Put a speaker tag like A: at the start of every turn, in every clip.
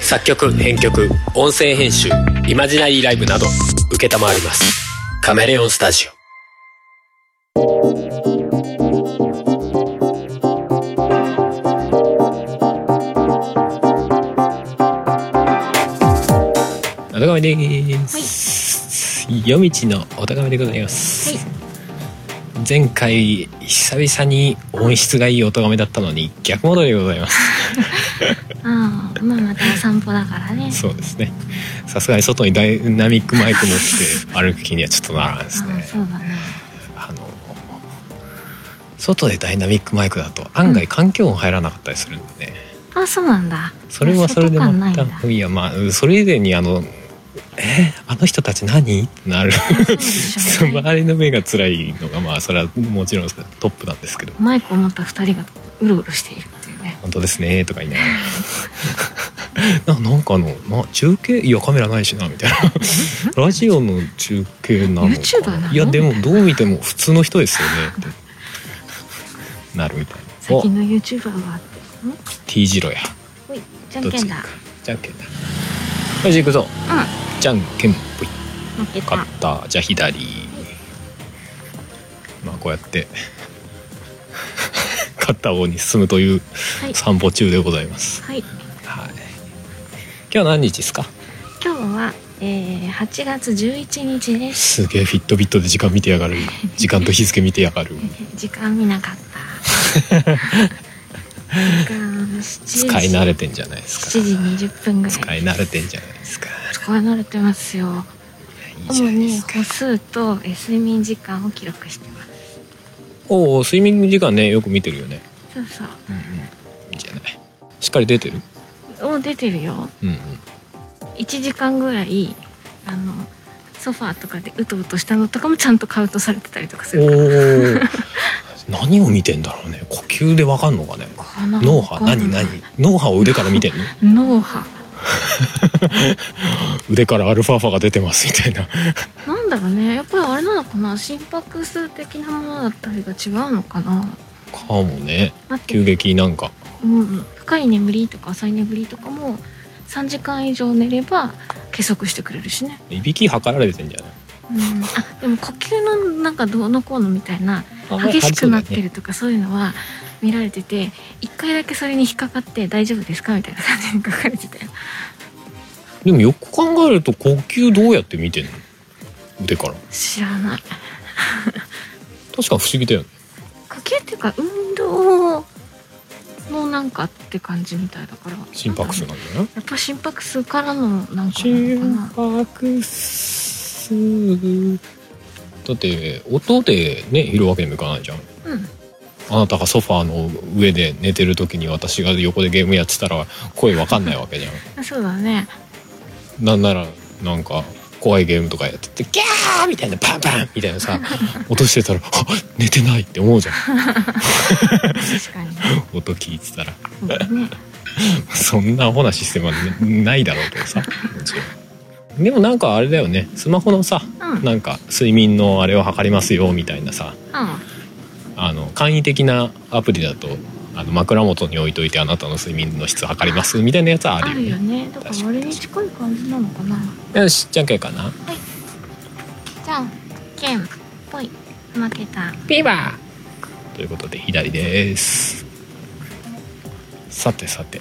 A: 作曲編曲音声編集イマジナリーライブなど承りますカメレオンスタジオおたがめです、夜道のおたがめでございます、
B: はい
A: 前回久々に音質がいいおたがめだったのに逆戻りでございます
B: ああまあまたお散歩だからね
A: そうですね。さすがに外にダイナミックマイク持って歩く気にはちょっとならないです
B: ああ
A: ね。
B: そうだね
A: あの外でダイナミックマイクだと案外環境音入らなかったりするんでね。
B: あそうなんだ
A: それはそれでま
B: そういうことはないん
A: たいやまあそれ以前にあのえあの人たち何って なる
B: そうでしょう ね
A: 周りの目が辛いのがまあそれはもちろんトップなんですけど
B: マイクを持った二人がうろうろしているっていうね
A: 本当ですねとか言いながら ななんかあの、ま、中継いやカメラないしなみたいなラジオの中継なのか
B: YouTuber なの
A: いやでもどう見ても普通の人ですよねってなるみたいな
B: 最
A: お
B: 近の YouTuber は
A: T 字路や
B: おいじゃ
A: ど
B: ん
A: っ
B: け
A: ち
B: ん
A: が
B: だ
A: 行くじゃんけんだよし行くぞ
B: う
A: じゃんけんぽい
B: ん負けた
A: 勝ったじゃあ左まあこうやって 勝った方に進むという
B: はい
A: 散歩中でございます
B: はい
A: はい。今日何日ですか。
B: 今日は、えー、8月11日です
A: すげえフィットビットで時間見てやがる。時間と日付見てやがる。
B: 時間見なかった 時間7時
A: 使い慣れてんじゃないですか。
B: 7時20分ぐらい
A: 使い慣れてんじゃないですか。
B: 使い慣れてますよ
A: いいじゃ
B: 主
A: ないで
B: に
A: すか。
B: 歩数とえー睡眠時間を記録してます
A: おお、睡眠時間ね、よく見てるよね。
B: そうそ
A: うんうん。いいじゃない。しっかり出てる。
B: うもう出てるよ
A: うんうん。
B: 1時間ぐらいあのソファーとかでうとうとしたのとかもちゃんとカウントされてたりとかするから
A: おお。何を見てんだろうね。呼吸でわかんのかね。
B: この
A: 脳波
B: この
A: 何何脳波を腕から見てんの
B: 脳波
A: 腕からアルファ波が出てますみたいな
B: なんだろうねやっぱりあれなのかな心拍数的なものだったりが違うのかな
A: かもね
B: だって
A: 急激なんか
B: うんうん、深い眠りとか浅い眠りとかも3時間以上寝れば計測してくれるしね、
A: いびき測られてんじゃない
B: うん、あでも呼吸のなんかどうのこうのみたいな
A: あ
B: 激しくなって
A: る
B: るとかそういうのは見られてて1回だけそれに引っかかって「大丈夫ですか?」みたいな感じに書かれてたよ
A: でもよく考えると呼吸どうやって見てんの腕から
B: 知らない
A: 確か不思議だよね
B: 呼吸っていうか運動のなんかって感じみたいだから
A: 心拍数なんだよね
B: やっぱ心拍数からのなんかなのか
A: 心
B: な
A: 拍数だって音でねいるわけにもいかないじゃん
B: うん
A: あなたがソファーの上で寝てる時に私が横でゲームやってたら声わかんないわけじゃん
B: あそうだね
A: なんならなんか怖いゲームとかやっててギャーみたいなバンバンみたいな さ落としてたらあ寝てないって思うじゃん
B: 確かに
A: 音聞いてたら
B: そうだね
A: そんなアホなシステムはねないだろうけどさもちろんでもなんかあれだよねスマホのさ
B: うん
A: なんか睡眠のあれを測りますよみたいなさ
B: うん
A: あの簡易的なアプリだとあの枕元に置いといてあなたの睡眠の質測りますみたいなやつはあ
B: あ
A: る
B: る
A: よ
B: よ
A: ね
B: ねだからあれに近い感じなのかな
A: よしじゃんけんかな
B: じゃんけんぽい負けた
A: ピーバーということで左ですさてさて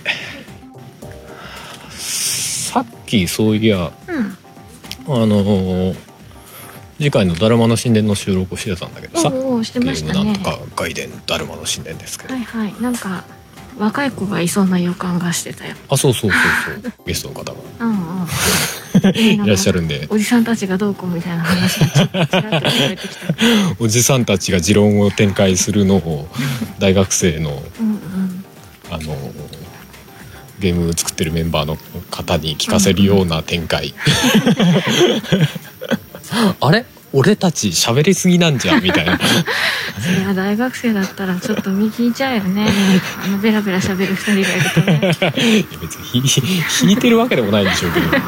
A: さっきそういや
B: うん
A: あのー次回の「だるまの神殿」の収録をしてたんだけどさ
B: おうおうして
A: ゲ
B: ま
A: ー
B: し
A: ム
B: た
A: なん
B: ね
A: とか外伝だるまの神殿ですけど、
B: はいはいなんか若い子がいそうな予感がしてたよ
A: あそうそうそうそうゲストの方が
B: うん うん
A: いらっしゃ
B: る
A: るんで
B: おじさんたちがどうこうみたいな話がちょっとちらっと聞こえてきた
A: おじさんたちが持論を展開するのを大学生の
B: うんうん
A: あのーゲーム作ってるメンバーの方に聞かせるような展 開あれ俺たち喋りすぎなんじゃみたいな
B: そりゃ大学生だったらちょっと見聞いちゃうよねあのベラベラ喋る二人がいるとね
A: いや別にひひ引いてるわけでもないんでしょう けどそう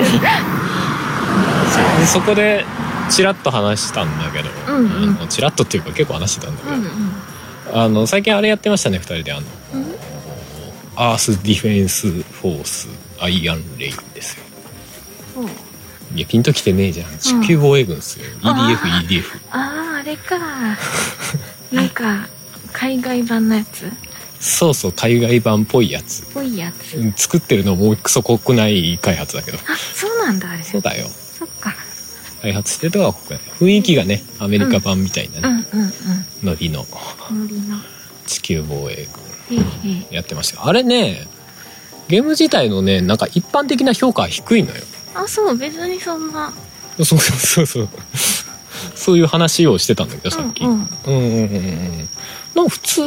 A: そこでチラッと話したんだけど、
B: うんうん
A: あのチラッとっていうか結構話してたんだけ
B: う
A: ど、
B: ん
A: あの最近あれやってましたね2人であの
B: うんうん
A: アースディフェンスフォースアイアンレインですよ
B: そう
A: いやピンときてねえじゃん地球防衛軍っすよ、
B: あ
A: EDFEDF
B: あああれかなんか海外版のやつっ
A: そうそう海外版っぽいやつ
B: ぽいやつ
A: うん作ってるのもうクソ国内開発だけど
B: あそうなんだあれ
A: そうだよ
B: そっか
A: 開発してるのは国内雰囲気がねアメリカ版みたいな
B: う
A: ね、
B: んうんうん
A: ノリの
B: ノリの
A: 地球防衛
B: へいへい
A: 軍やってましたよあれねゲーム自体のねなんか一般的な評価は低いのよ
B: あそう別にそんな
A: そうそうそうそうそういう話をしてたんだけどさっき、
B: うんう
A: う
B: ん
A: んうんうんうんなんか普通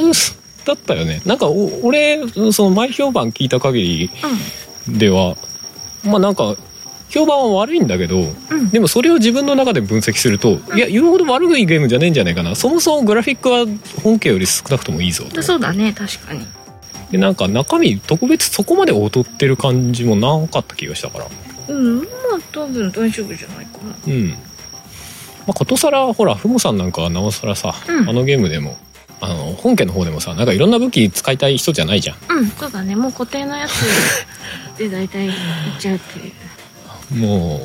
A: だったよねなんかお俺その前評判聞いた限りではまあなんか評判は悪いんだけど
B: うんうん
A: でもそれを自分の中で分析するといや言うほど悪いゲームじゃねえんじゃないかなそもそもグラフィックは本家より少なくともいいぞと
B: そうだね確かに
A: でなんか中身特別そこまで劣ってる感じもなかった気がしたから
B: うんまあ多分大丈夫じゃないかな
A: うん、まあ、ことさらほらふもさんなんかはなおさらさ、
B: うん
A: あのゲームでもあの本家の方でもさなんかいろんな武器使いたい人じゃないじゃん
B: うんそうだねもう固定のやつで大体いっちゃうっていう
A: もう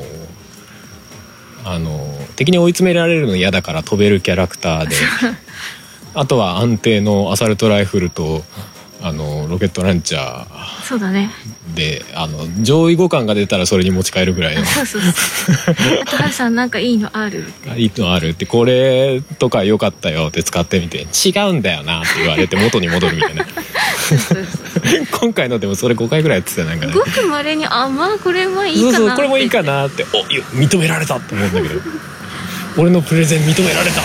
A: あの敵に追い詰められるの嫌だから飛べるキャラクター であとは安定のアサルトライフルとあのロケットランチャー
B: そうだね
A: であの上位互換が出たらそれに持ち帰るぐらいの
B: そうそうそう高橋さんなんかいいのあ る
A: あいいのあるってこれとか良かったよって使ってみて違うんだよなって言われて元に戻るみたい な
B: そうそうそう
A: 今回のでもそれ5回ぐらいやってたよなんかね
B: ごくまれにあまあこれはいいか
A: そ
B: な
A: うそ
B: って
A: うこれもいいかなっておいや認められたって思うんだけど俺のプレゼン認められた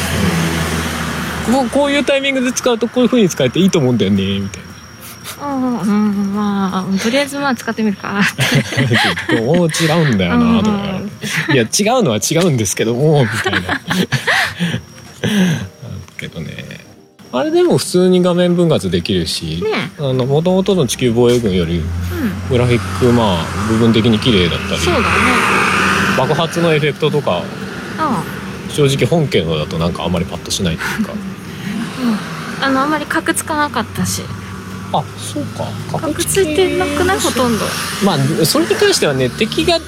A: こうこういうタイミングで使うとこういう風に使えていいと思うんだよねみたいな
B: うんうんまあとりあえずまあ使ってみるかって
A: 「おお違うんだよな」とか
B: うんう
A: 「
B: ん
A: いや違うのは違うんですけども」みたいな だけどねあれでも普通に画面分割できるし
B: ね
A: あの元々の地球防衛軍より
B: うん
A: グラフィックまあ部分的に綺麗だったり
B: そうだね
A: 爆発のエフェクトとか正直本家のだとなんかあんまりパッとしないというか
B: うん、うん、あのあんまりカクつかなかったし
A: あそうか
B: カクついてなくないほとんど
A: まあそれに関してはね敵が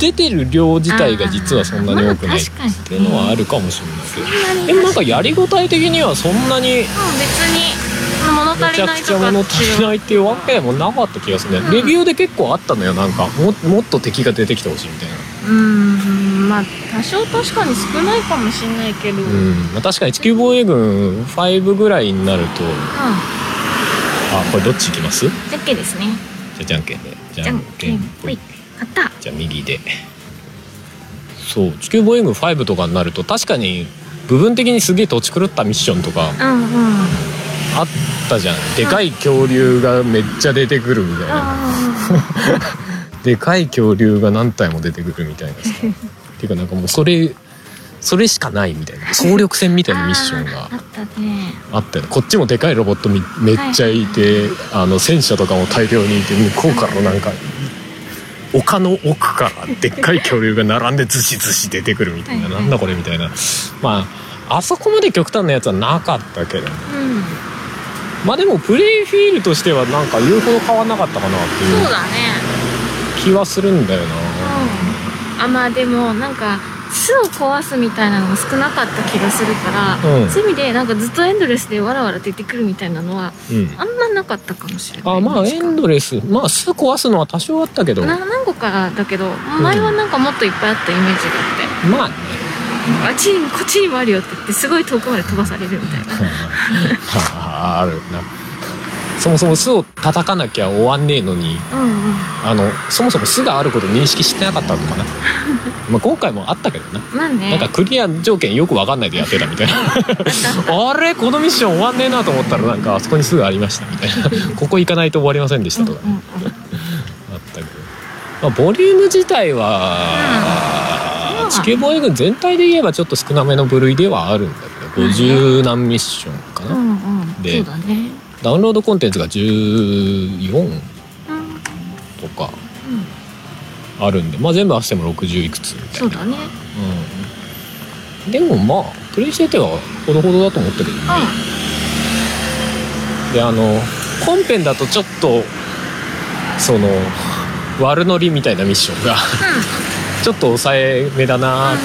A: 出てる量自体が実はそんなに多くないっ
B: あーまあ確かに
A: ていうのはあるかもしれ
B: そん
A: ない
B: な
A: けど
B: に
A: でもなんかやりごたえ的にはそんなに
B: うん別に物
A: め
B: 足
A: ち
B: り
A: ゃ
B: ない
A: くち
B: と
A: ゃ
B: か
A: 物
B: って
A: 足
B: い
A: り
B: う
A: ないっていうわけでもなかった気がするね
B: うん
A: レビューで結構あったのよなんかももっと敵が出てきてほしいみたいな
B: うんまあ多少確かに少ないかもしれないけど、うん
A: うんまあ確かに地球防衛軍5ぐらいになるとあこれどっち行きますじ
B: じゃっけですね
A: ゃあじゃんけんでじ
B: じゃ
A: ゃん
B: ん
A: け
B: け
A: ん
B: ん
A: ぽ
B: ぽ
A: い
B: い勝った
A: じゃあ右でそう地球防衛軍5とかになると確かに部分的にすげえ土地狂ったミッションとか
B: うんうんうん
A: あったじゃんでかい恐竜がめっちゃ出てくるみたいなでかい恐竜が何体も出てくるみたいなさていうかなんかもうそれそれしかないみたいな総力戦みたいなミッション
B: あ
A: が
B: ーあったね
A: あったよねこっちもでかいロボットみめっちゃいて、あの戦車とかも大量にいて向こうからもなんか丘の奥からでっかい恐竜が並んでずしずし出てくるみたいな
B: はい
A: なんだこれみたいなまああそこまで極端なやつはなかったけど
B: うん
A: まあでもプレイフィールとしてはなんか言うほど変わんなかったかなって
B: そ
A: い
B: う
A: う
B: だね
A: 気はするんだよな
B: うんあまあでもなんか巣を壊すみたいなのが少なかった気がするから、
A: うん
B: そういう意味でなんかずっとエンドレスでわらわら出てくるみたいなのは
A: うん
B: あんまなかったかもしれない
A: あまあ
B: 確か
A: エンドレスまあ巣壊すのは多少あったけど
B: な何個かだけど前はなんかもっといっぱいあったイメージがあって、
A: まあね
B: あっちにこっちにもあるよって言ってすごい遠くまで飛ばされるみたいな
A: あるなそもそも巣を叩かなきゃ終わんねえのに
B: うんうん
A: あのそもそも巣があることを認識してなかったのかなまあ今回もあったけどな
B: まあね
A: なんかクリア条件よく分かんないでやってたみたいなあれこのミッション終わんねえなと思ったらなんかあそこに巣がありましたみたいなここ行かないと終わりませんでしたとか
B: うんうん
A: あったけど、まあ、ボリューム自体は、
B: うん
A: 地球防衛軍全体で言えばちょっと少なめの部類ではあるんだけど50何ミッションかな、
B: うんうんうん
A: で
B: そうだね
A: ダウンロードコンテンツが14
B: うんうん
A: とかあるんで、まあ、全部合わせても60いくつみた
B: そ
A: いうな
B: だね
A: うん、でもまあプレイしててはほどほどだと思ったけどね、であの本編だとちょっとその悪ノリみたいなミッションが ちょっと抑えめだなーっていう。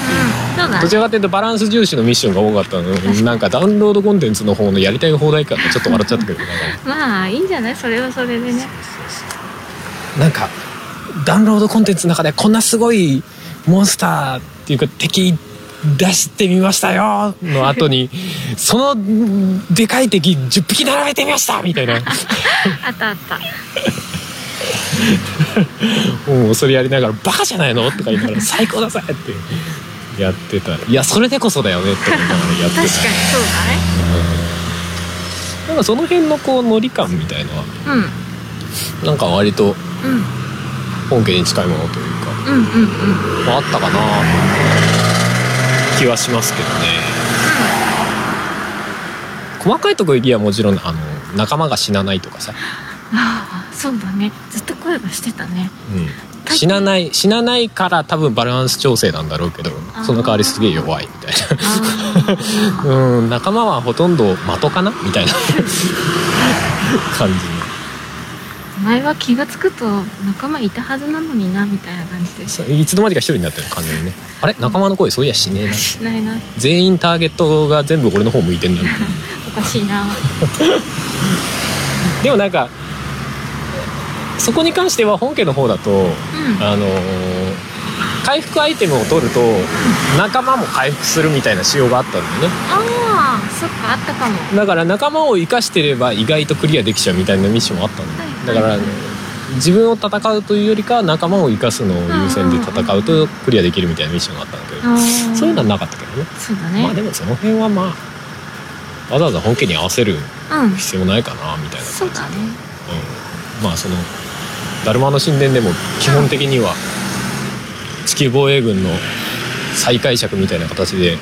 B: そうだ
A: どちらかというとバランス重視のミッションが多かったのになんかダウンロードコンテンツの方のやりたい放題感がちょっと笑っちゃったけどなんか
B: まあいいんじゃないそれはそれで ね
A: なんかダウンロードコンテンツの中でこんなすごいモンスターっていうか敵出してみましたよの後にそのでかい敵10匹並べてみましたみたいな
B: あったあった
A: もうそれやりながら「バカじゃないの?」とか言いながら「最高だぜ!」ってやってたいやそれでこそだよねって思いながらやって
B: 確かに
A: た
B: そう
A: なんかその辺のこうノリ感みたいのは
B: だね
A: なんか割と
B: うんうん
A: 本家に近いものというか
B: うんうんうんうん
A: まああったかな気はしますけどね細かいとこ行きはもちろんあの仲間が死なないとかさ、
B: ああそうだねずっと声がしてたね
A: うん、死なない死なないから多分バランス調整なんだろうけど
B: あー
A: その代わりすげえ弱いみたい
B: ああ
A: な うん仲間はほとんど的かなみたいな 感じ
B: 前は気がつくと仲間いたはずなのになみたいな感じでし
A: そういつの間にか一人になってる完全にねあれ仲間の声そういやしねえな
B: ないな
A: 全員ターゲットが全部俺の方向いてんだみたいな
B: おかしいな
A: でもなんかそこに関しては本家の方だと、
B: うん
A: あのー回復アイテムを取ると仲間も回復するみたいな仕様があったんだよね
B: ああそっかあったかも
A: だから仲間を生かしてれば意外とクリアできちゃうみたいなミッションもあったんだよだ
B: は
A: か
B: いはい
A: ら自分を戦うというよりかは仲間を生かすのを優先で戦うとクリアできるみたいなミッションがあったんだけ
B: あ
A: ど
B: ー
A: そういうのはなかったけどね
B: そうだ
A: まあ
B: ね
A: でもその辺はまあわざわざ本家に合わせる
B: うん
A: 必要ないかなみたいな
B: そうだね
A: うんまあその「だるまの神殿」でも基本的には地球防衛軍の再解釈みたいな形で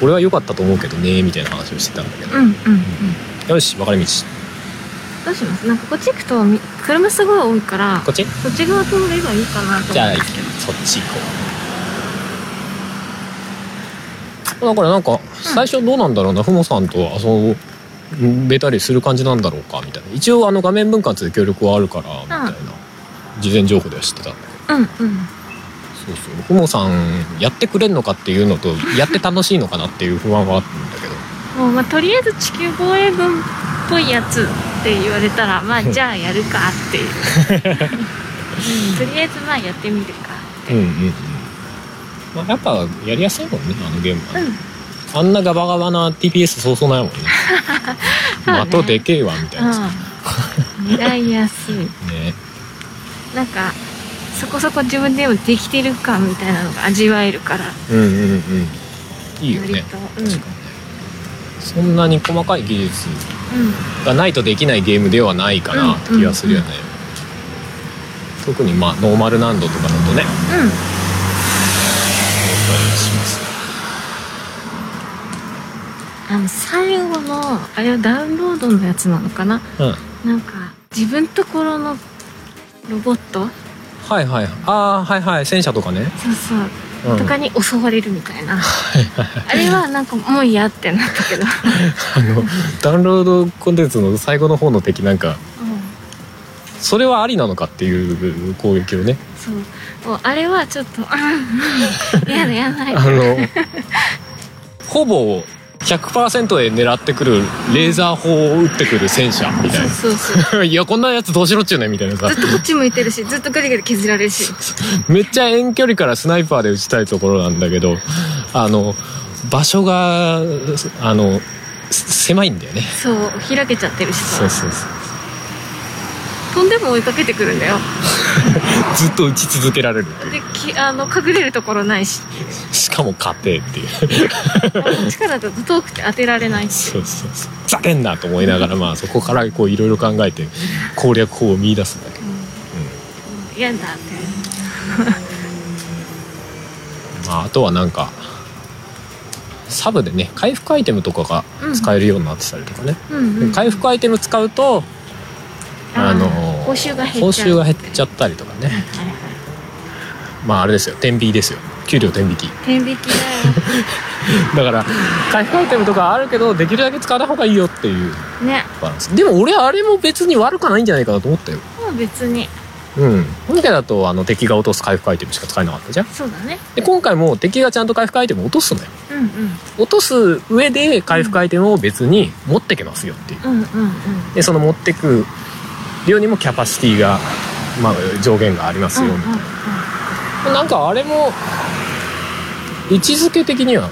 A: 俺は良かったと思うけどねみたいな話をしてたんだけ
B: うんうんうん
A: どよし分かれ道
B: どうしますなんかこっち行くとみ車すごい多いから
A: こっち
B: こっち側通ればいいかなと
A: じゃ
B: 思
A: あ
B: うん
A: そっ
B: ですけど
A: ち行こうだからなんか最初どうなんだろうなふもさんと遊べたりする感じなんだろうかみたいな一応あの画面分割で協力はあるからみたいな事前情報では知ってたんだけど
B: うんうん
A: そうそうふもさんやってくれんのかっていうのとやって楽しいのかなっていう不安はあったんだけど
B: もうまあとりあえず地球防衛軍っぽいやつって言われたらまあじゃあやるかっていう うんとりあえずまあやってみるか
A: うんうんうん、まあ、やっぱやりやすいもんねあのゲームは、
B: うん
A: あんなガバガバな TPS そうそうない もんね
B: そうね
A: 的でけえわみたいなさ、
B: うん狙いやすい
A: ね
B: なんかそこそこ自分でもできてる感みたいなのが味わえるから
A: うんうんうんいいよね
B: 割と
A: 確かにねそんなに細かい技術
B: うん
A: がないとできないゲームではないかなって気がするよね、特にまあノーマル難度とかだとね
B: うん
A: します
B: あの最後のあれはダウンロードのやつなのかな
A: うん
B: なんか自分ところのロボット
A: はいはいああはいはい戦車とかね、
B: そうそう
A: うん、
B: とかに襲われるみたいな、あれはなんかもう嫌ってなったけど、
A: あのダウンロードコンテンツの最後の方の敵なんか
B: う
A: それはありなのかっていう攻撃をね
B: ん、そうもうあれはちょっとうん嫌だ嫌だ
A: あのほぼ100%で狙ってくるレーザー砲を撃ってくる戦車みたい
B: そうそう
A: ないやこんなやつどうしろっちゅうねんみたいなさ
B: ずっとこっち向いてるしずっとガリガリ削られるし
A: めっちゃ遠距離からスナイパーで撃ちたいところなんだけどあの場所があのす狭いんだよね
B: そう開けちゃってるし
A: そう
B: さ
A: そうそう
B: 飛んでも追いかけてくるんだよ
A: ずっと撃ち続けられるっていう
B: できあの隠れるところない し
A: しかも家庭っていう
B: こっちからだと遠くて当てられないし
A: そうそうそうふざけんなと思いながらまあそこからこういろいろ考えて攻略法を見出すんだけど、
B: 嫌だって
A: まあ、あとはなんかサブでね回復アイテムとかが使えるようになってたりとかね、
B: うんうん
A: 回復アイテム使うとあの
B: ー報酬が減っちゃう
A: 報酬が減っちゃったりとかね、
B: はいはい
A: まああれですよ天引きですよ給料天引き
B: 天引きだよ
A: だから回復アイテムとかあるけどできるだけ使わない方がいいよっていう
B: ね
A: バランスでも俺あれも別に悪くないんじゃないかなと思ったよ
B: もう別に
A: うん本家だとあの敵が落とす回復アイテムしか使えなかったじゃん
B: そうだね
A: で今回も敵がちゃんと回復アイテムを落とすのよ
B: うんうん
A: 落とす上で回復アイテムを別に持ってけますよっていう
B: うんうんうん
A: でその持ってく量にもキャパシティが、まあ、上限がありますよみたいな、なんかあれも位置づけ的には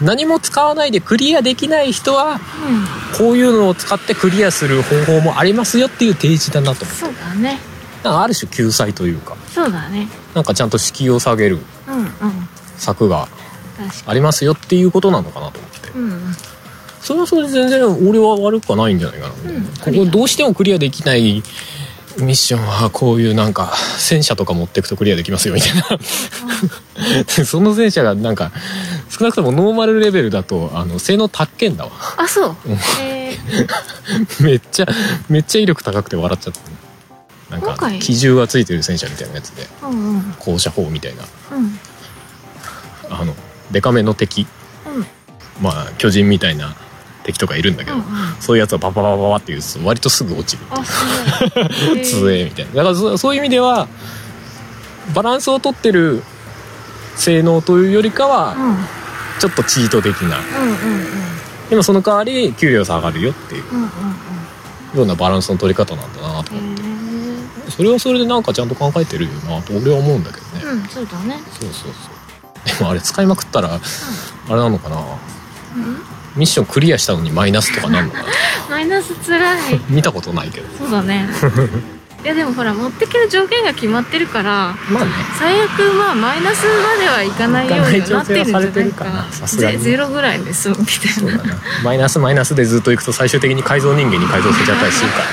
A: 何も使わないでクリアできない人は
B: うんうん
A: こういうのを使ってクリアする方法もありますよっていう提示だなと思
B: そうだね
A: うなんかある種救済というか
B: そうだね
A: なんかちゃんと敷居を下げる
B: うんうん
A: 策が
B: 確か
A: ありますよっていうことなのかなと思って
B: にうんうん
A: それはそれで全然俺は悪くはないんじゃないかな、
B: うん
A: ここどうしてもクリアできないミッションはこういうなんか戦車とか持ってくとクリアできますよみたいな その戦車がなんか少なくともノーマルレベルだとあの性能たっけんだわ
B: あそうえー
A: めっちゃめっちゃ威力高くて笑っちゃったなんか
B: 今回
A: 機銃がついてる戦車みたいなやつで
B: うんうんうん
A: 高射砲みたいな
B: うん
A: あのデカめの敵
B: うん
A: まあ巨人みたいな敵とかいるんだけど、
B: うん
A: そういうやつはバババババっていうと割とすぐ落ちる
B: あすご い
A: 強えみたいなだからそそういう意味ではバランスをとってる性能というよりか
B: う
A: は
B: んうん
A: ちょっとチート的な
B: うんうん
A: でもその代わり給料下がるよっていう
B: うんうん
A: ようなバランスの取り方なんだなと
B: うんへ
A: それはそれでなんかちゃんと考えてるよなと俺は思うんだけどね
B: え、うんそうだね
A: そうそうそうでもあれ使いまくったらあれなのかな
B: うん
A: ミッションクリアしたのにマイナスとかなんのかな
B: マイナスつらい
A: 見たことないけど
B: そうだねいやでもほら持ってける条件が決まってるから
A: まあね
B: 最悪まあマイナスまではいかないようにはなってるんじゃな
A: いかない調整は
B: いかな
A: されてるかなさすがに
B: ゼゼロぐらいで済むみたい
A: そう
B: なや
A: だなマイナスマイナスでずっといくと最終的に改造人間に改造されちゃったりするからね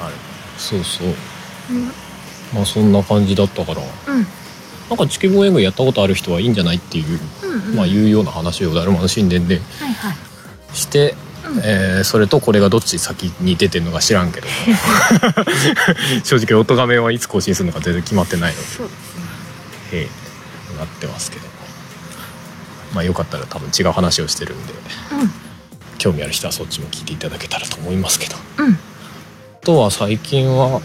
A: あれそうそう
B: ばいね
A: まあそんな感じだったから
B: うん
A: なんかチケボーエングやったことある人はいいんじゃないっていう、
B: うんうん
A: まあいうような話をだるまの神殿で
B: はいはい
A: して、
B: うん
A: えーそれとこれがどっち先に出てるのか知らんけ ど正直音画面はいつ更新するのか全然決まってないの
B: そうですね
A: で、えーなってますけどまあよかったら多分違う話をしてるんで興味ある人はそっちも聞いていただけたらと思いますけど
B: うんうん
A: あとは最近は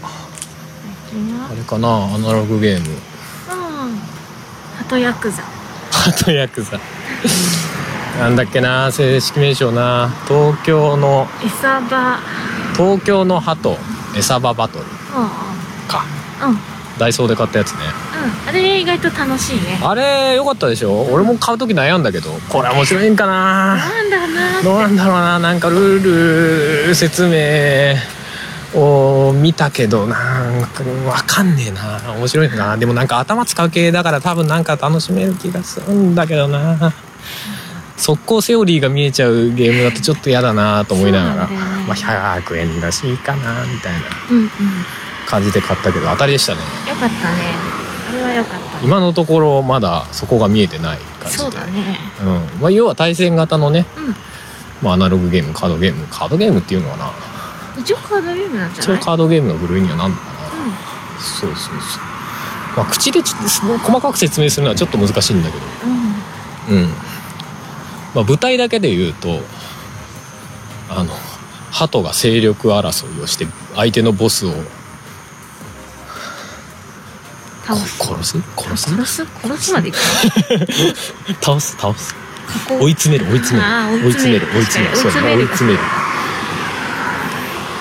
B: 最近
A: あ
B: は
A: れかなアナログゲーム
B: うんあとヤクザ
A: ハトヤクザなんだっけな正式名称な東京の
B: エサバ
A: 東京のハトエサババトル
B: う
A: か
B: んうんうん
A: ダイソーで買ったやつね
B: あれ意外と楽しいね
A: あれ良かったでしょ俺も買う時悩んだけどこれ面白いんかな
B: なんだな
A: どうなんだろうななんかルール説明を見たけどなんかわかんねえな面白いなでもなんか頭使う系だから多分なんか楽しめる気がするんだけどな速攻セオリーが見えちゃうゲームだとちょっと嫌だなと思いながら
B: そうなんだよね
A: まあ100円らしいかなみたいな
B: うんうんよ
A: 感じで買ったけど当たりでしたね
B: かったねあれはよかっ
A: 今のところまだそこが見えてない
B: た
A: 感じで
B: そうだね
A: うんまあ、要は対戦型のね、
B: う
A: まあ、アナログゲームカードゲームカードゲームっていうのかなん
B: 一応カードゲームなんじゃ
A: 一
B: な
A: 応
B: い
A: カードゲームの部類にはなんのか
B: うん
A: なそうそうそうまあ口でちすごい細かく説明するのはちょっと難しいんだけど
B: うん
A: うんまあ舞台だけで言うとあの鳩が勢力争いをして相手のボスを
B: 倒
A: こ
B: す
A: 殺す殺す
B: 殺す殺すまでいく
A: 倒す倒す
B: ここ
A: 追い詰める追い詰
B: あ
A: め
B: ー
A: る追い詰める追
B: 追
A: い
B: い
A: 詰
B: 詰
A: め
B: め
A: る
B: る
A: そうだね追い詰める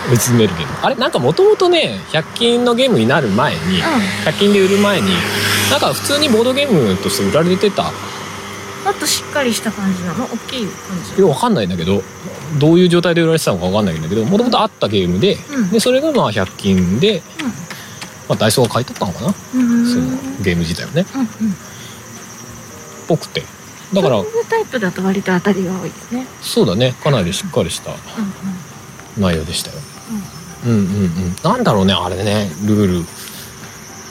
A: 追い詰めるゲームあれなんかもともとね100均のゲームになる前に、
B: う
A: 100均で売る前になんか普通にボードゲームとして売られてた
B: んもっとしっかりした感じなの大きい感じ
A: よくわかんないんだけどどういう状態で売られてたのかわかんないんだけどもともとあったゲームで,、
B: うん
A: でそれがまあ100均で、まあ、ダイソーが買い取ったのかな、
B: うん
A: そ
B: うん
A: のゲーム自体をね
B: うんうん
A: ぽくてだから
B: そういうタイプだと割と当たりが多いですね
A: そうだねかなりしっかりした
B: うんうん
A: 内容でしたようんうんうんなんだろうねあれねルール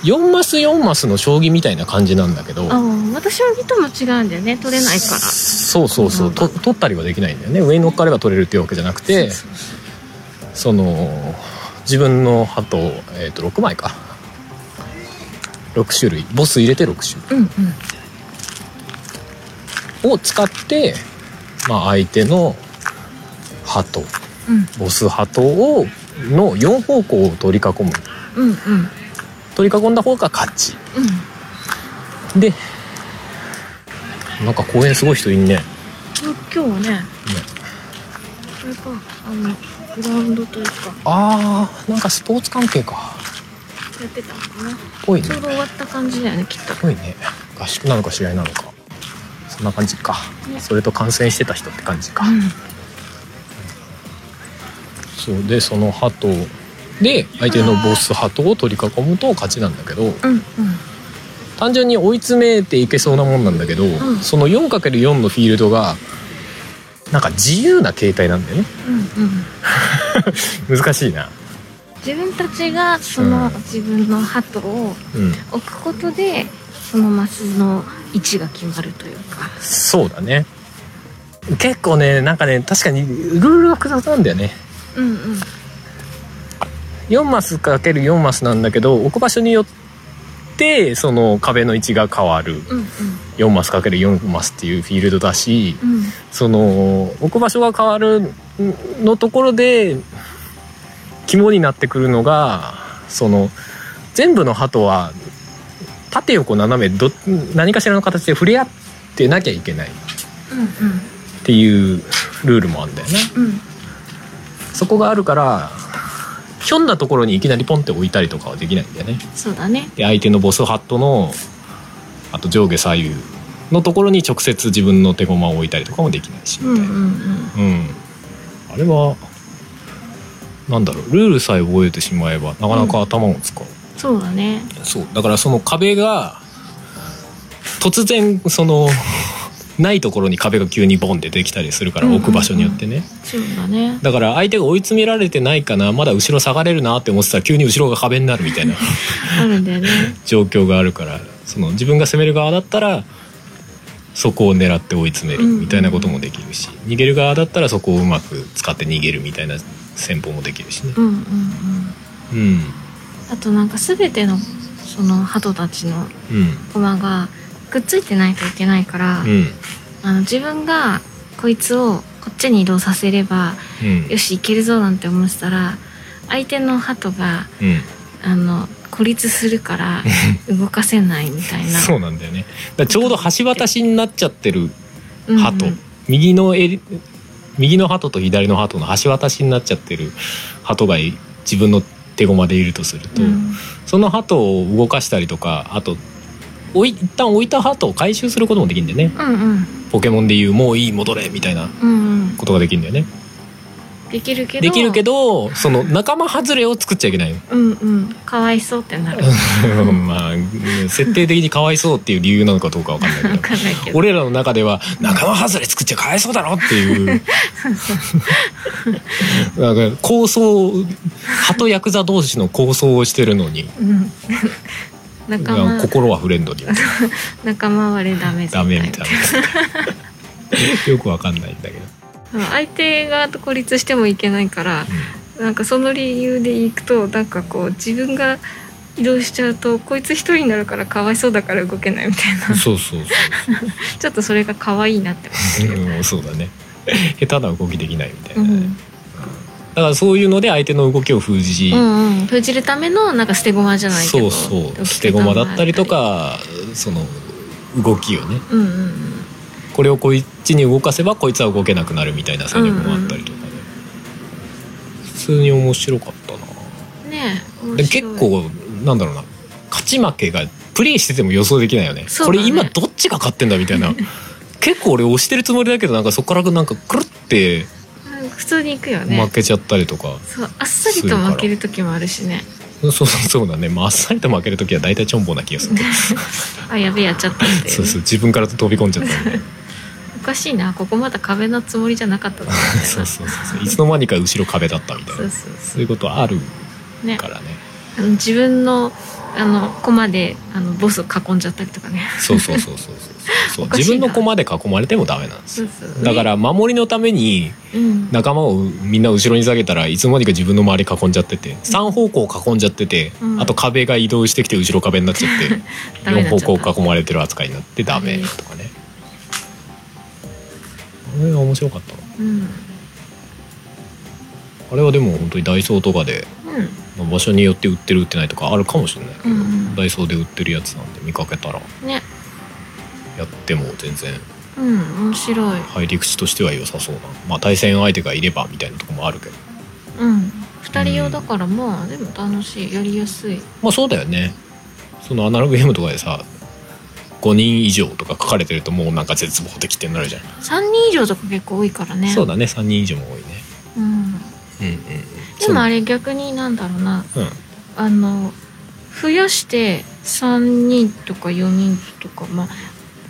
A: 4マス4マスの将棋みたいな感じなんだけど
B: あーまた将棋とも違うんだよね取れないから
A: そうそうそう
B: うん
A: と取ったりはできないんだよね上に乗っかれば取れるっていうわけじゃなくて
B: そうそうそう
A: その自分の鳩を、えー、と6枚か6種類ボス入れて6種
B: うんうん
A: 類を使って、まあ、相手の鳩
B: うん
A: ボス鳩をの4方向を取り囲む
B: うんうん
A: 取り囲んだ方が勝ちでなんか公園すごい人いんねね
B: うん今日はねこれかあのグラウンドというか
A: あーなんかスポーツ関係か
B: やってたのかな
A: ぽいね
B: ちょうど終わった感じだよねきっと
A: ぽいね合宿なのか試合なのかそんな感じか
B: ね
A: それと感染してた人って感じか、
B: うん
A: そうでその鳩で相手のボス鳩を取り囲むと勝ちなんだけど
B: うんうん
A: 単純に追い詰めていけそうなもんなんだけど、
B: ん
A: その 4×4 のフィールドがなんか自由な形態なんだよね
B: うんうん
A: 難しいな
B: 自分たちがその
A: うん
B: 自分の鳩を
A: うん
B: 置くことでそのマスの位置が決まるというか
A: そうだね結構ねなんかね確かにルールが複雑なんだよね
B: うんうん
A: 4マス ×4 マスなんだけど置く場所によってその壁の位置が変わる
B: うん
A: 4マス ×4 マスっていうフィールドだし
B: うんうん
A: その置く場所が変わるのところで肝になってくるのがその全部の鳩は縦横斜めど何かしらの形で触れ合ってなきゃいけないっ
B: う
A: ていうルールもあるんだよね。
B: んうん
A: そこがあるからひょんなところにいきなりポンって置いたりとかはできないんだよね。
B: そうだね
A: で相手のボスハットのあと上下左右のところに直接自分の手駒を置いたりとかもできないしみ
B: うん
A: た
B: う
A: いな。
B: んうん
A: うん、あれはなんだろうルールさえ覚えてしまえばなかなか頭を使う、
B: そうだね
A: そうだからその壁が突然その ないところに壁が急にボンってできたりするから
B: うんうん
A: 置く場所によってね、
B: そうだね
A: だから相手が追い詰められてないかなまだ後ろ下がれるなって思ってたら急に後ろが壁になるみたいな
B: あるんだよね
A: 状況があるからその自分が攻める側だったらそこを狙って追い詰めるみたいなこともできるし、逃げる側だったらそこをうまく使って逃げるみたいな戦法もできるしね
B: う。んうんうん
A: うん
B: あとなんか全てのその鳩たちの
A: うん
B: 駒がくっついてないといけないから、
A: うん
B: あの自分がこいつをこっちに移動させれば
A: うん
B: よしいけるぞなんて思ってたら相手の鳩が
A: うん
B: あの孤立するから 動かせないみたいな
A: そうなんだよねだからちょうど橋渡しになっちゃってる
B: うんうん
A: 鳩、右の襟右の鳩と左の鳩の橋渡しになっちゃってる鳩がい自分の手駒でいるとすると、
B: うん
A: その鳩を動かしたりとかあとおい一旦置いた鳩を回収することもできるんだよね
B: うんうん
A: ポケモンでいう「もういい戻れ」みたいな
B: うんうん
A: ことができるんだよね
B: できるけど
A: できるけどその仲間外れを作っちゃいけない の
B: うんうんかわいそうってなる
A: まあ設定的にかわいそうっていう理由なのかどうかわかんないけ
B: わ
A: ど
B: かんないけ ど
A: 俺らの中では仲間外れ作っちゃかわいそうだろっていう なんか構想鳩ヤクザ同士の構想をしてるのに
B: うん 仲間
A: 心はフレンドリー
B: 仲間割れダメ
A: ダメみたいな よくわかんないんだけど、
B: うん相手側と孤立してもいけないからなんかその理由でいくとなんかこう自分が移動しちゃうとこいつ一人になるからかわいそうだから動けないみた い
A: うん
B: な
A: そうそうそ
B: ちょっとそれが可愛いなって
A: う、うん、そうだね下手な動きできないみたいな
B: 思う、
A: ね、
B: う
A: だ
B: ん、
A: からそういうので相手の動きを封じ、
B: うんうん封じるためのなんか捨て駒じゃないけ
A: そう
B: ど
A: そう捨て駒だったりとかその動きをね
B: うんうんうん
A: これをこいつに動かせばこいつは動けなくなるみたいな戦略もあったりとかね、普通に面白かったな
B: ね
A: で
B: え面白い
A: 結構なんだろうな勝ち負けがプレイしてても予想できないよね
B: そう
A: こ
B: だ
A: れ
B: ね
A: 今どっちが勝ってんだみたい な結構俺押してるつもりだけどなんかそこからなんかくるって
B: うん普通に行くよね
A: 負けちゃったりとか、
B: そうあっさりと負ける時もあるしね
A: そうそうそうだね、まああっさりと負ける時は大体チョンボな気がする、
B: あやべえやっちゃったっていう ね
A: そうそう自分から飛び込んじゃったみたい な
B: おかしいなここまだ壁のつもりじゃなかったなみたいな
A: そうそうそうそういつの間にか後ろ壁だったみたい
B: そう
A: な
B: そうそ
A: そういうことある
B: うね
A: からね
B: あの自分のあの駒であのボスを囲んじゃったりとかね
A: そうそうそうそうそうそう
B: おかし
A: 自
B: い
A: 分
B: な
A: の駒で囲まれてもダメなんです
B: そ
A: よ
B: うそう
A: だから守りのために
B: うん
A: 仲間をみんな後ろに下げたらいつの間にか自分の周り囲んじゃってて3方向囲んじゃってて、
B: うん
A: あと壁が移動してきて後ろ壁になっちゃって
B: ダメになっ
A: 4
B: ちゃった
A: 方向囲まれてる扱いになってダメとかねこれが面白かったな
B: うん
A: あれはでも本当にダイソーとかで、
B: うん
A: まあ場所によって売ってる売ってないとかあるかもしれないけど、
B: うんうん
A: ダイソーで売ってるやつなんで見かけたら
B: ね
A: やっても全然
B: うん面白い
A: 入り口としては良さそうなまあ対戦相手がいればみたいなとこもあるけど
B: うん2人用だからまあでも楽しいやりやすい
A: まあそうだよねそのアナログゲームとかでさ5人以上とか書かれてるともうなんか絶望的ってなるじゃん、
B: 3人以上とか結構多いからね
A: そうだね3人以上も多いね
B: うん、
A: うんうん
B: でもあ
A: れ
B: れ逆になんだろうな
A: うん
B: あの増やして3人とか4人とかまあ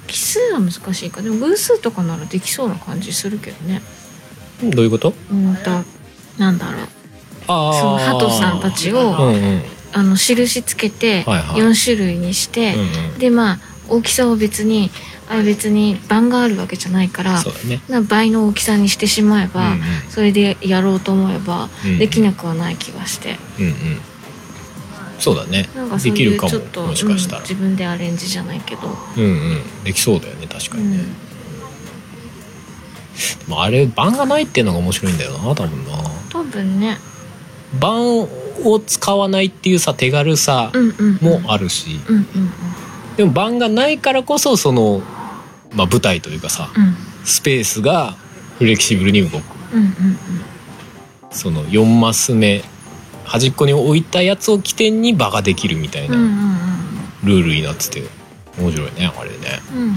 B: 奇数は難しいかでも偶数とかならできそうな感じするけどね
A: うんどういうこと
B: うんとなんだろう
A: あ
B: そのハトさんたちを、
A: うんうんうん
B: あの印つけて
A: はいはい
B: 4種類にして、
A: うん
B: でまあ大きさを別にあ別に番があるわけじゃないから
A: そうだね
B: な倍の大きさにしてしまえば、
A: うんうん
B: それでやろうと思えば
A: うん
B: できなくはない気がして、
A: うんうんそうだね
B: なんかそう
A: でき
B: い
A: る
B: う
A: か
B: ちょ
A: も
B: っと
A: もしかした
B: うん
A: ら
B: 自分でアレンジじゃないけど、
A: うんうんできそうだよね確か
B: う
A: にね、
B: ん、
A: まああれ番がないっていうのが面白いんだよな多分な
B: 多分ね
A: 番を使わないっていうさ手軽さ
B: うんうん
A: もあるし、
B: うんうん
A: でも番がないからこそその、まあ、舞台というかさ
B: うんうん
A: スペースがフレキシブルに動く
B: うんうん
A: その4マス目端っこに置いたやつを起点に場ができるみたい
B: うんうんうん
A: なルールになってて面白いねあれね
B: うん
A: うんうんうん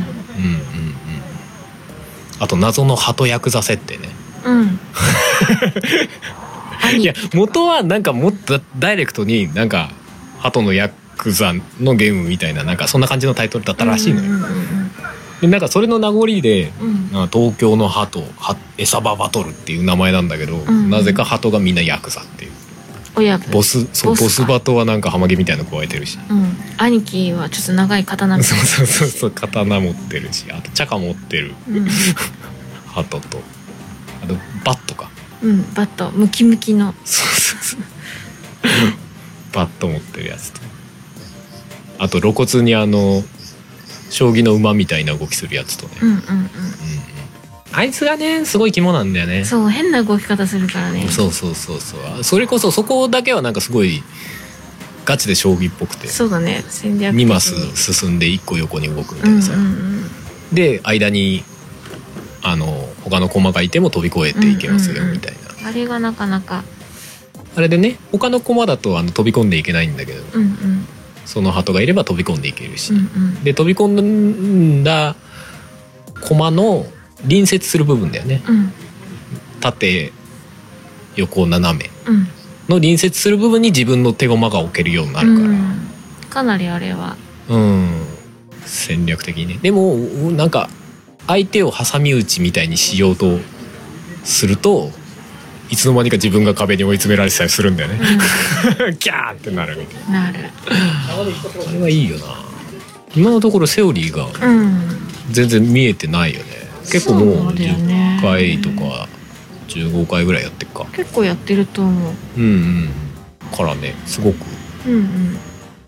A: あと謎の鳩ヤクザ設定ね
B: うんうん
A: いや元はなんかもっとダイレクトになんか鳩のヤクザのゲームみたいななんかそんな感じのタイトルだったらしいのよ、
B: うんうんうん
A: でなんかそれの名残で
B: うん
A: あ東京の鳩は餌場バトルっていう名前なんだけど、
B: ん
A: なぜか鳩がみんなヤクザっていう
B: 親分
A: ボスそう
B: ボ
A: ボ
B: スか
A: スバトはなんかハマゲみたいの加えてるし
B: うん兄貴はちょっと長い刀
A: そう
B: みたいな
A: そうそうそう刀持ってるしあと茶化持ってる
B: うん
A: 鳩とあとバットか
B: うんバットムキムキの
A: そうそうそうバット持ってるやつとあと露骨にあの将棋の馬みたいな動きするやつとね、
B: うんうんうん
A: うんうんあいつがねすごい肝なんだよね
B: そう変な動き方するからね
A: そうそうそうそうあそれこそそこだけはなんかすごいガチで将棋っぽくて
B: そうだね戦略的に
A: 2マス進んで1個横に動くみ
B: う
A: たい
B: ん
A: な
B: う
A: さ、
B: ん
A: で間にあの他の駒がいても飛び越えていけますよ
B: うんうんうん
A: みたいな、
B: うんあれがなかなか
A: あれでね他の駒だとあの飛び込んでいけないんだけど
B: うんうん
A: その鳩がいれば飛び込んでいけるし、
B: うんうん
A: で飛び込んだ駒の隣接する部分だよね
B: うん
A: 縦横斜め
B: うん
A: の隣接する部分に自分の手駒が置けるようにな
B: あ
A: るから、
B: らかなりあれは
A: うん戦略的にねでもうなんか相手を挟み撃ちみたいにしようとするといつの間にか自分が壁に追い詰められてたりするんだよね キャーってなるみたいな
B: なる
A: あれはいいよな今のところセオリーが
B: うん
A: 全然見えてないよね 結構
B: そ
A: もう
B: うだよね
A: 10回とか15回ぐらいやってっか
B: 結構やってると思う
A: うんうんからねすごく
B: うんうん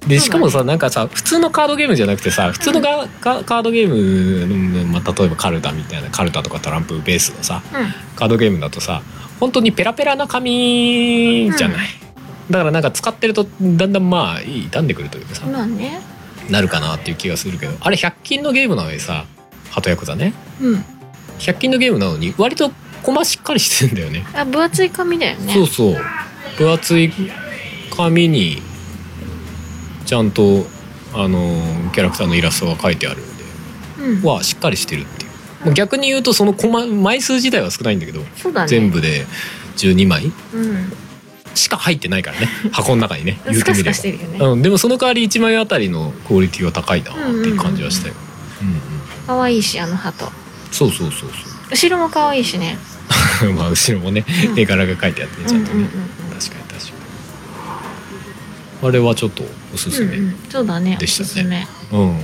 A: で
B: そ
A: し
B: う
A: か
B: だね
A: もさなんかさ普通のカードゲームじゃなくてさ普通のが、カカードゲームうん、まあ、例えばカルタみたいなカルタとかトランプベースのさカードゲームだとさ本当にペラペラな紙じゃない、だからなんか使ってるとだんだんまあ傷んでくるというかさ
B: うんまあね
A: なるかなっていう気がするけどあれ100均のゲームなのにさ鳩ヤクザね
B: うん
A: 100均のゲームなのに割と駒しっかりしてんだよね
B: あ分厚い紙だよね
A: そうそう分厚い紙にちゃんとあのキャラクターのイラストが書いてあるん
B: うん
A: ではしっかりしてるっていうまあ逆に言うとそのコマ枚数自体は少ないんだけど
B: そうだね
A: 全部で12枚
B: うん
A: しか入ってないからね箱の中 にね言う
B: ス
A: て
B: カ
A: み
B: ス
A: れ
B: カ
A: ば
B: してるよね
A: うん、でもその代わり1枚あたりのクオリティは高いなっていう感じはしたよ、うんうん
B: 可愛いしあの鳩
A: そうそうそう
B: 後ろも可愛いしね
A: そう まあ後ろもね
B: うん
A: 絵柄が書いてあってねちゃんとね、
B: うんうん
A: 確かに確かにあれはちょっとおすす
B: うん
A: め、
B: うんうんそうだね
A: でしたね
B: おすすめ
A: うんうんうん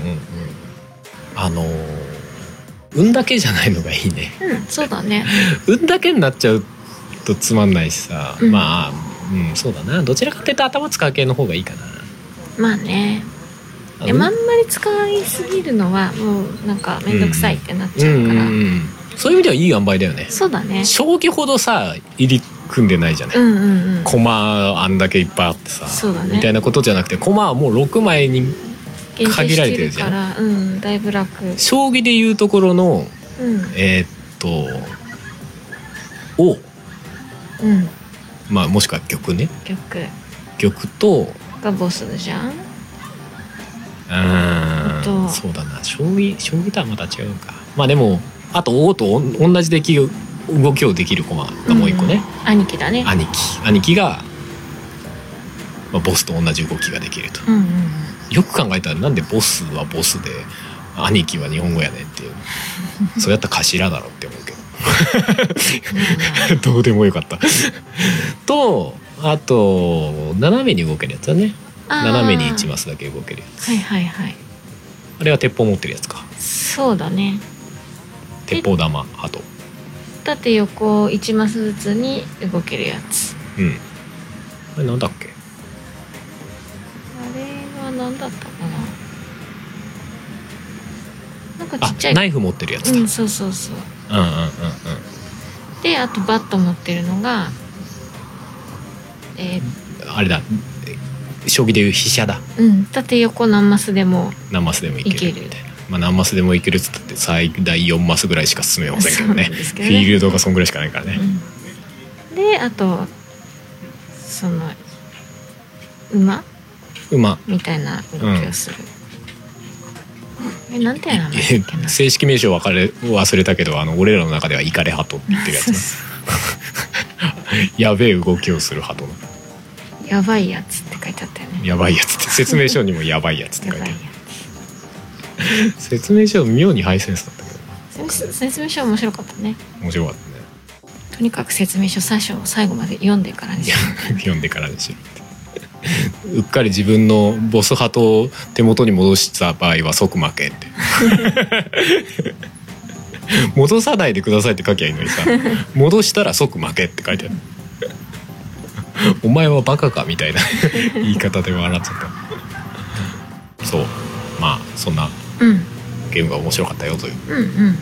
A: あのー運だけじゃないのがいいね
B: うんそうだね
A: 運だけになっちゃうとつまんないしさ、
B: うん
A: まあうんそうだなどちらかというと頭使う系の方がいいかな
B: まあね
A: あの
B: でもあんまり使いすぎるのはもうなんか面倒くさいってなっち
A: う
B: ゃ
A: ん
B: う
A: う
B: か
A: ん
B: ら、
A: うんそういう意味ではいい塩梅だよね
B: そうだね
A: 将棋ほどさ入り組んでないじゃない、
B: うんうんうん
A: コマあんだけいっぱいあってさ、
B: そうだね
A: みたいなことじゃなくてコマはもう6枚に
B: 限定
A: 限られてるじ
B: して
A: ゃ
B: る
A: ん
B: からうんだいぶ楽う
A: 将棋でいうところの
B: ん
A: えーっとを
B: うん
A: まあもしくは玉ね
B: 曲
A: 玉とう
B: がボスじゃん
A: ーん
B: と
A: そうだな将棋将棋とはまた違うかまあでもあと王とおん同じできる動きをできる駒がもう一個ね、
B: うん兄貴だね
A: 兄貴兄貴が、まあ、ボスと同じ動きができると
B: うんうん
A: よく考えたらなんでボスはボスで兄貴は日本語やねんって いうそうやったら頭だろって思うけど どうでもよかったとあと斜めに動けるやつだね 斜めに1
B: 枚
A: マスだけ動けるやつ
B: はいはいはい
A: あれは鉄砲持ってるやつか
B: そうだね
A: 鉄砲玉あと
B: 縦横1マスずつに動けるやつ
A: うんあれなんだっけ
B: あれは何だったかななんかち
A: あ
B: っちゃい
A: ナイフ持ってるやつ
B: う
A: だ、うん、うん
B: んそうそうそう
A: うんうん
B: であとバット持ってるのがえ
A: うんあれだ将棋でいう飛車だ
B: ーうん縦横何マスでも
A: 何マスでもいけ
B: い
A: る
B: ける
A: みたいなまあ何マスでもいけるっつったって最大4マスぐらいしか進めませんけどね
B: そうなんです
A: フ
B: けどね
A: ィールドがそんぐらいしかないからね、
B: うんであとその馬
A: 馬
B: みたいな動きをする、えなんていう名前だっけな
A: 正式名称分かれ忘れたけどあの俺らの中ではイカレハトって言ってる やつなやべえ動きをするハトの
B: やばいやつって書いてあったよね
A: やばいやつって説明書にもやばいやつって
B: や
A: 書い
B: ば
A: て
B: い
A: あ
B: や
A: る説明書妙にハイセンスだったけど
B: つ説明説明書面白かったね
A: 面白かった
B: とにかく説明書最初最後まで読んでからにしよ
A: ね読んでからにしろって うっかり自分のボスハトを手元に戻した場合は即負けって 戻さないでくださいって書きゃいいのにさ戻したら即負けって書いてあるお前はバカかみたいな 言い方で笑っちゃったそうまあそんな
B: う、うん、
A: ゲームが面白かったよという
B: うんうん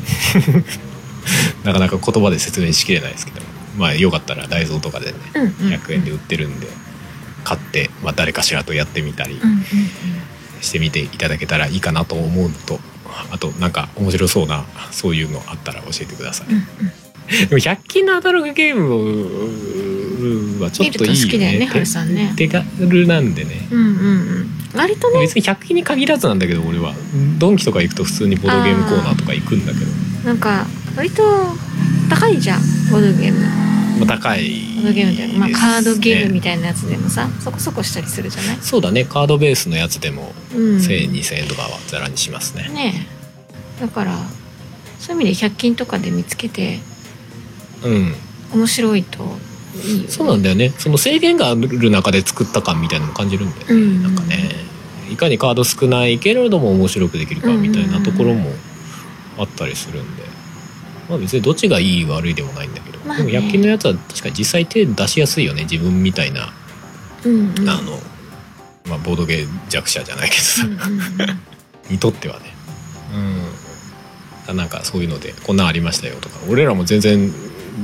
A: なかなか言葉で説明しきれないですけどまあよかったら大蔵とかでね
B: うんうんうん
A: 100円で売ってるんで買って、まあ、誰かしらとやってみたり
B: うんうんうん
A: してみていただけたらいいかなと思うのとあとなんか面白そうなそういうのあったら教えてください、
B: うんうん
A: でも100均のアナログゲームはちょっといいよね
B: 見ると好きだよね春さんね
A: 手手軽なんでね
B: うんうんうん割とね
A: 別に100均に限らずなんだけど俺はドンキとか行くと普通にボードゲームコーナーとか行くんだけど
B: なんか割と高いじゃんボードゲーム
A: まあ、高いです、
B: ボードゲームで、まあ、カードゲームみたいなやつでもさそこそこしたりするじゃない、
A: そうだねカードベースのやつでも
B: うん、
A: 1,000円2,000円とかはざらにしますね。
B: ねえだからそういう意味で100均とかで見つけて
A: うん、
B: 面白いといいよ、ね、
A: そうなんだよねその制限がある中で作った感みたいなのも感じるんだよね、
B: うん
A: なんかねいかにカード少ないけれども面白くできるかみたいなところもあったりするんで、まあ、別にどっちがいい悪いでもないんだけど、
B: まあね
A: でも100均のやつは確かに実際手出しやすいよね自分みたいな、
B: うんうん
A: あの、まあ、ボードゲー弱者じゃないけどさ、
B: うんうんうん
A: にとってはね、うん、なんかそういうのでこんなんありましたよとか俺らも全然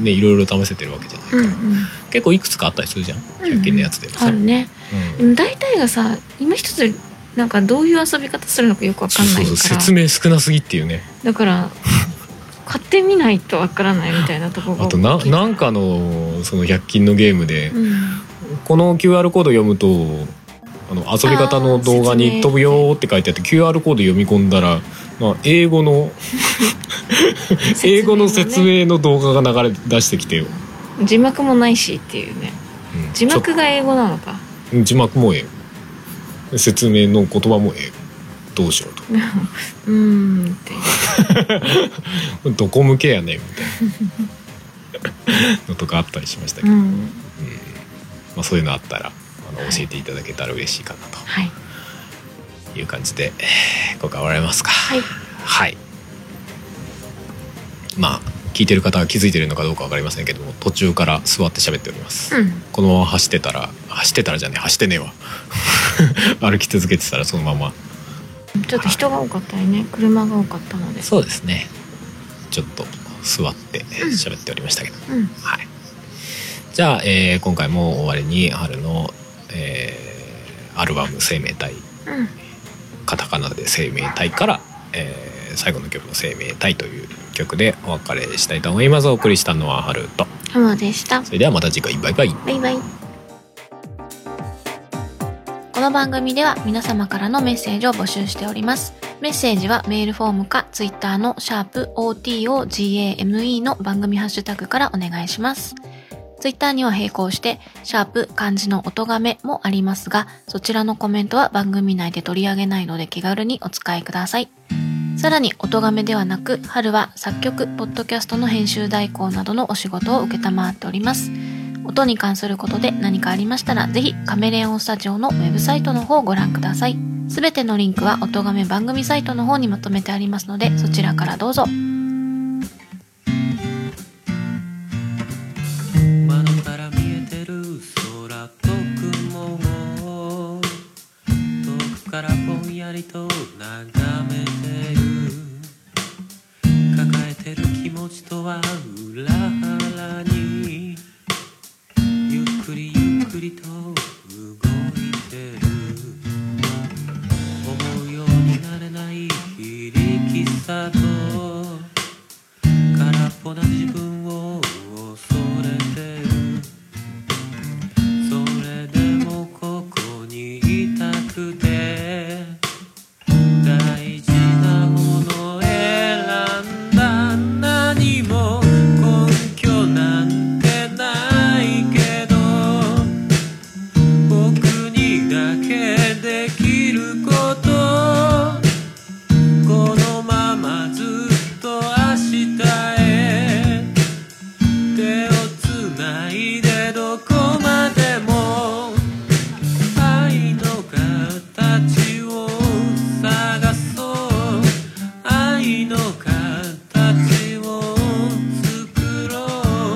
A: ねいろいろ試せてるわけじゃないか
B: う
A: ら、
B: んうん
A: 結構いくつかあったりするじゃん100均のやつでもさ、
B: あるね
A: うん
B: でも大体がさ今一つなんかどういう遊び方するのかよくわか
A: そ
B: ん
A: う
B: な
A: そ
B: いうか
A: そう
B: ら
A: 説明少なすぎっていうね
B: だから買ってみないとわからないみたいなところが
A: あとななんかのその100均のゲームで、
B: うん
A: この QR コード読むとあの遊び方の動画
B: あー説
A: に
B: 明
A: 飛ぶよーって書いてあって QR コード読み込んだら、まあ、英語の英語の説明
B: ね
A: の動画が流れ出してきて、うん
B: 字幕もないしっていうね
A: ち
B: 字
A: ょっと
B: 幕が英語なのか
A: 字幕も英語説明の言葉も英語どうしよう
B: うーんって
A: とどこ向けやねんみたいなのとかあったりしましたけ
B: う
A: ど、
B: ん
A: まあ、そういうのあったらあの教えていただけたら嬉しいかな
B: はい
A: という感じで、えー今回終わりますか
B: はい
A: はいまあ聞いてる方は気づいてるのかどうか分かりませんけども途中から座って喋っております、
B: うん
A: このまま走ってたら走ってたらじゃねえ走ってねえわ 歩き続けてたらそのまま
B: ちょっと人が多かったりね車が多かったので
A: そうですねちょっと座って喋っておりましたけど、
B: うん
A: はいじゃあ、えー今回も終わりに春の、えーアルバム「生命体」
C: うん
A: カタカナで「生命体」から、えー最後の曲の「生命体」という曲でお別れしたいと思いますお送りしたのは春と
C: 浜でした
A: それではまた次回バイバイ
C: バイバイ
B: この番組では皆様からのメッセージを募集しております。メッセージはメールフォームか Twitter のシャープ o t o g a m e の番組ハッシュタグからお願いします。Twitter には並行して、シャープ漢字の音がめもありますが、そちらのコメントは番組内で取り上げないので気軽にお使いください。さらに、音がめではなく、春は作曲、ポッドキャストの編集代行などのお仕事を受けたまわっております。音に関することで何かありましたら、ぜひカメレオンスタジオのウェブサイトの方をご覧ください。すべてのリンクは音亀番組サイトの方にまとめてありますので、そちらからどうぞ。
D: 窓から見えてる空と雲を遠くからぼんやりと眺めてる抱えてる気持ちとは裏腹にゆっくりゆっくりと動いてる思うようになれない非力さと空っぽな自分を恐れてるそれでもここにいたくて大事なもの選んだ何も根拠なんてないけど僕にだけできることこのままずっと明日へ手をつないでどこまでも愛の形を探そう愛の形を作ろう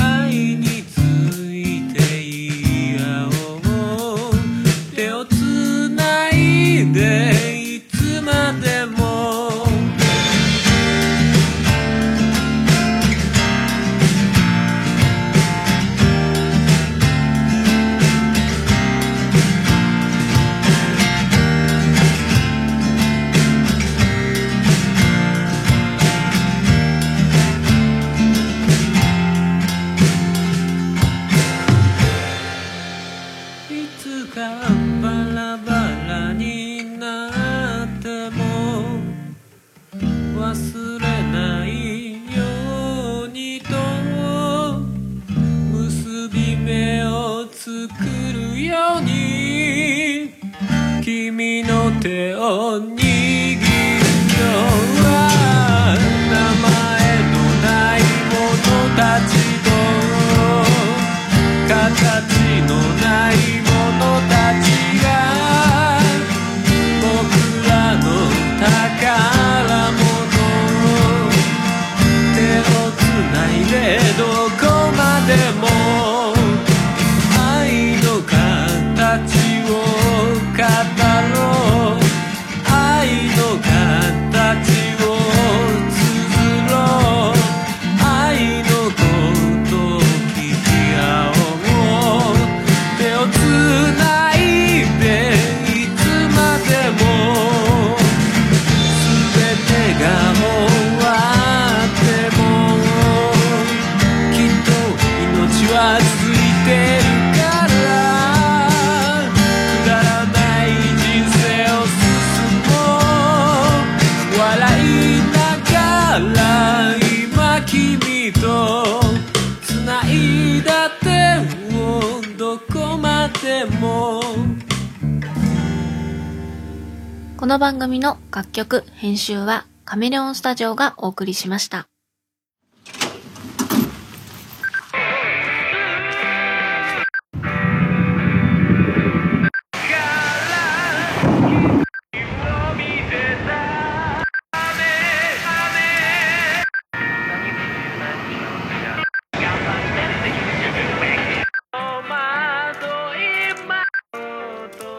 D: 愛について言い合おう手をつないでいつまでもいつかバラバラになっても忘れないようにと結び目を作るように君の手を握る今日は名前のない者たちと「形のないものたちが」「僕らの宝物」「手をつないでどこまでも」「愛の形を語ろう」「愛の形を綴ろう」「愛のこと聞き合おう」「手をつないでいつまでも」「全てが終わっても」きっと命は続いてるからくだらない人生を進もう笑いながら今君と繋いだ手をどこまでも
B: この番組の楽曲、編集はカメレオンスタジオがお送りしました。
D: 戸惑いまと「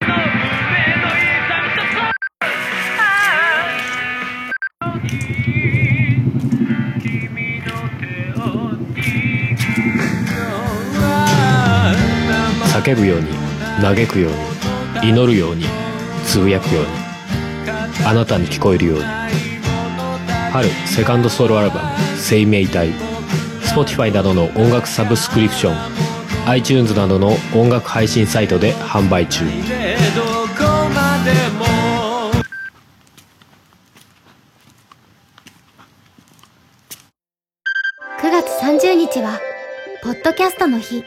D: あ
A: 叫ぶように嘆くように祈るようにつぶやくようにあなたに聞こえるように春セカンドソロアルバム「生命体」Spotify などの音楽サブスクリプション iTunes などの音楽配信サイトで販売中
D: でどこまでも
E: 9月30日は、ポッドキャストの日。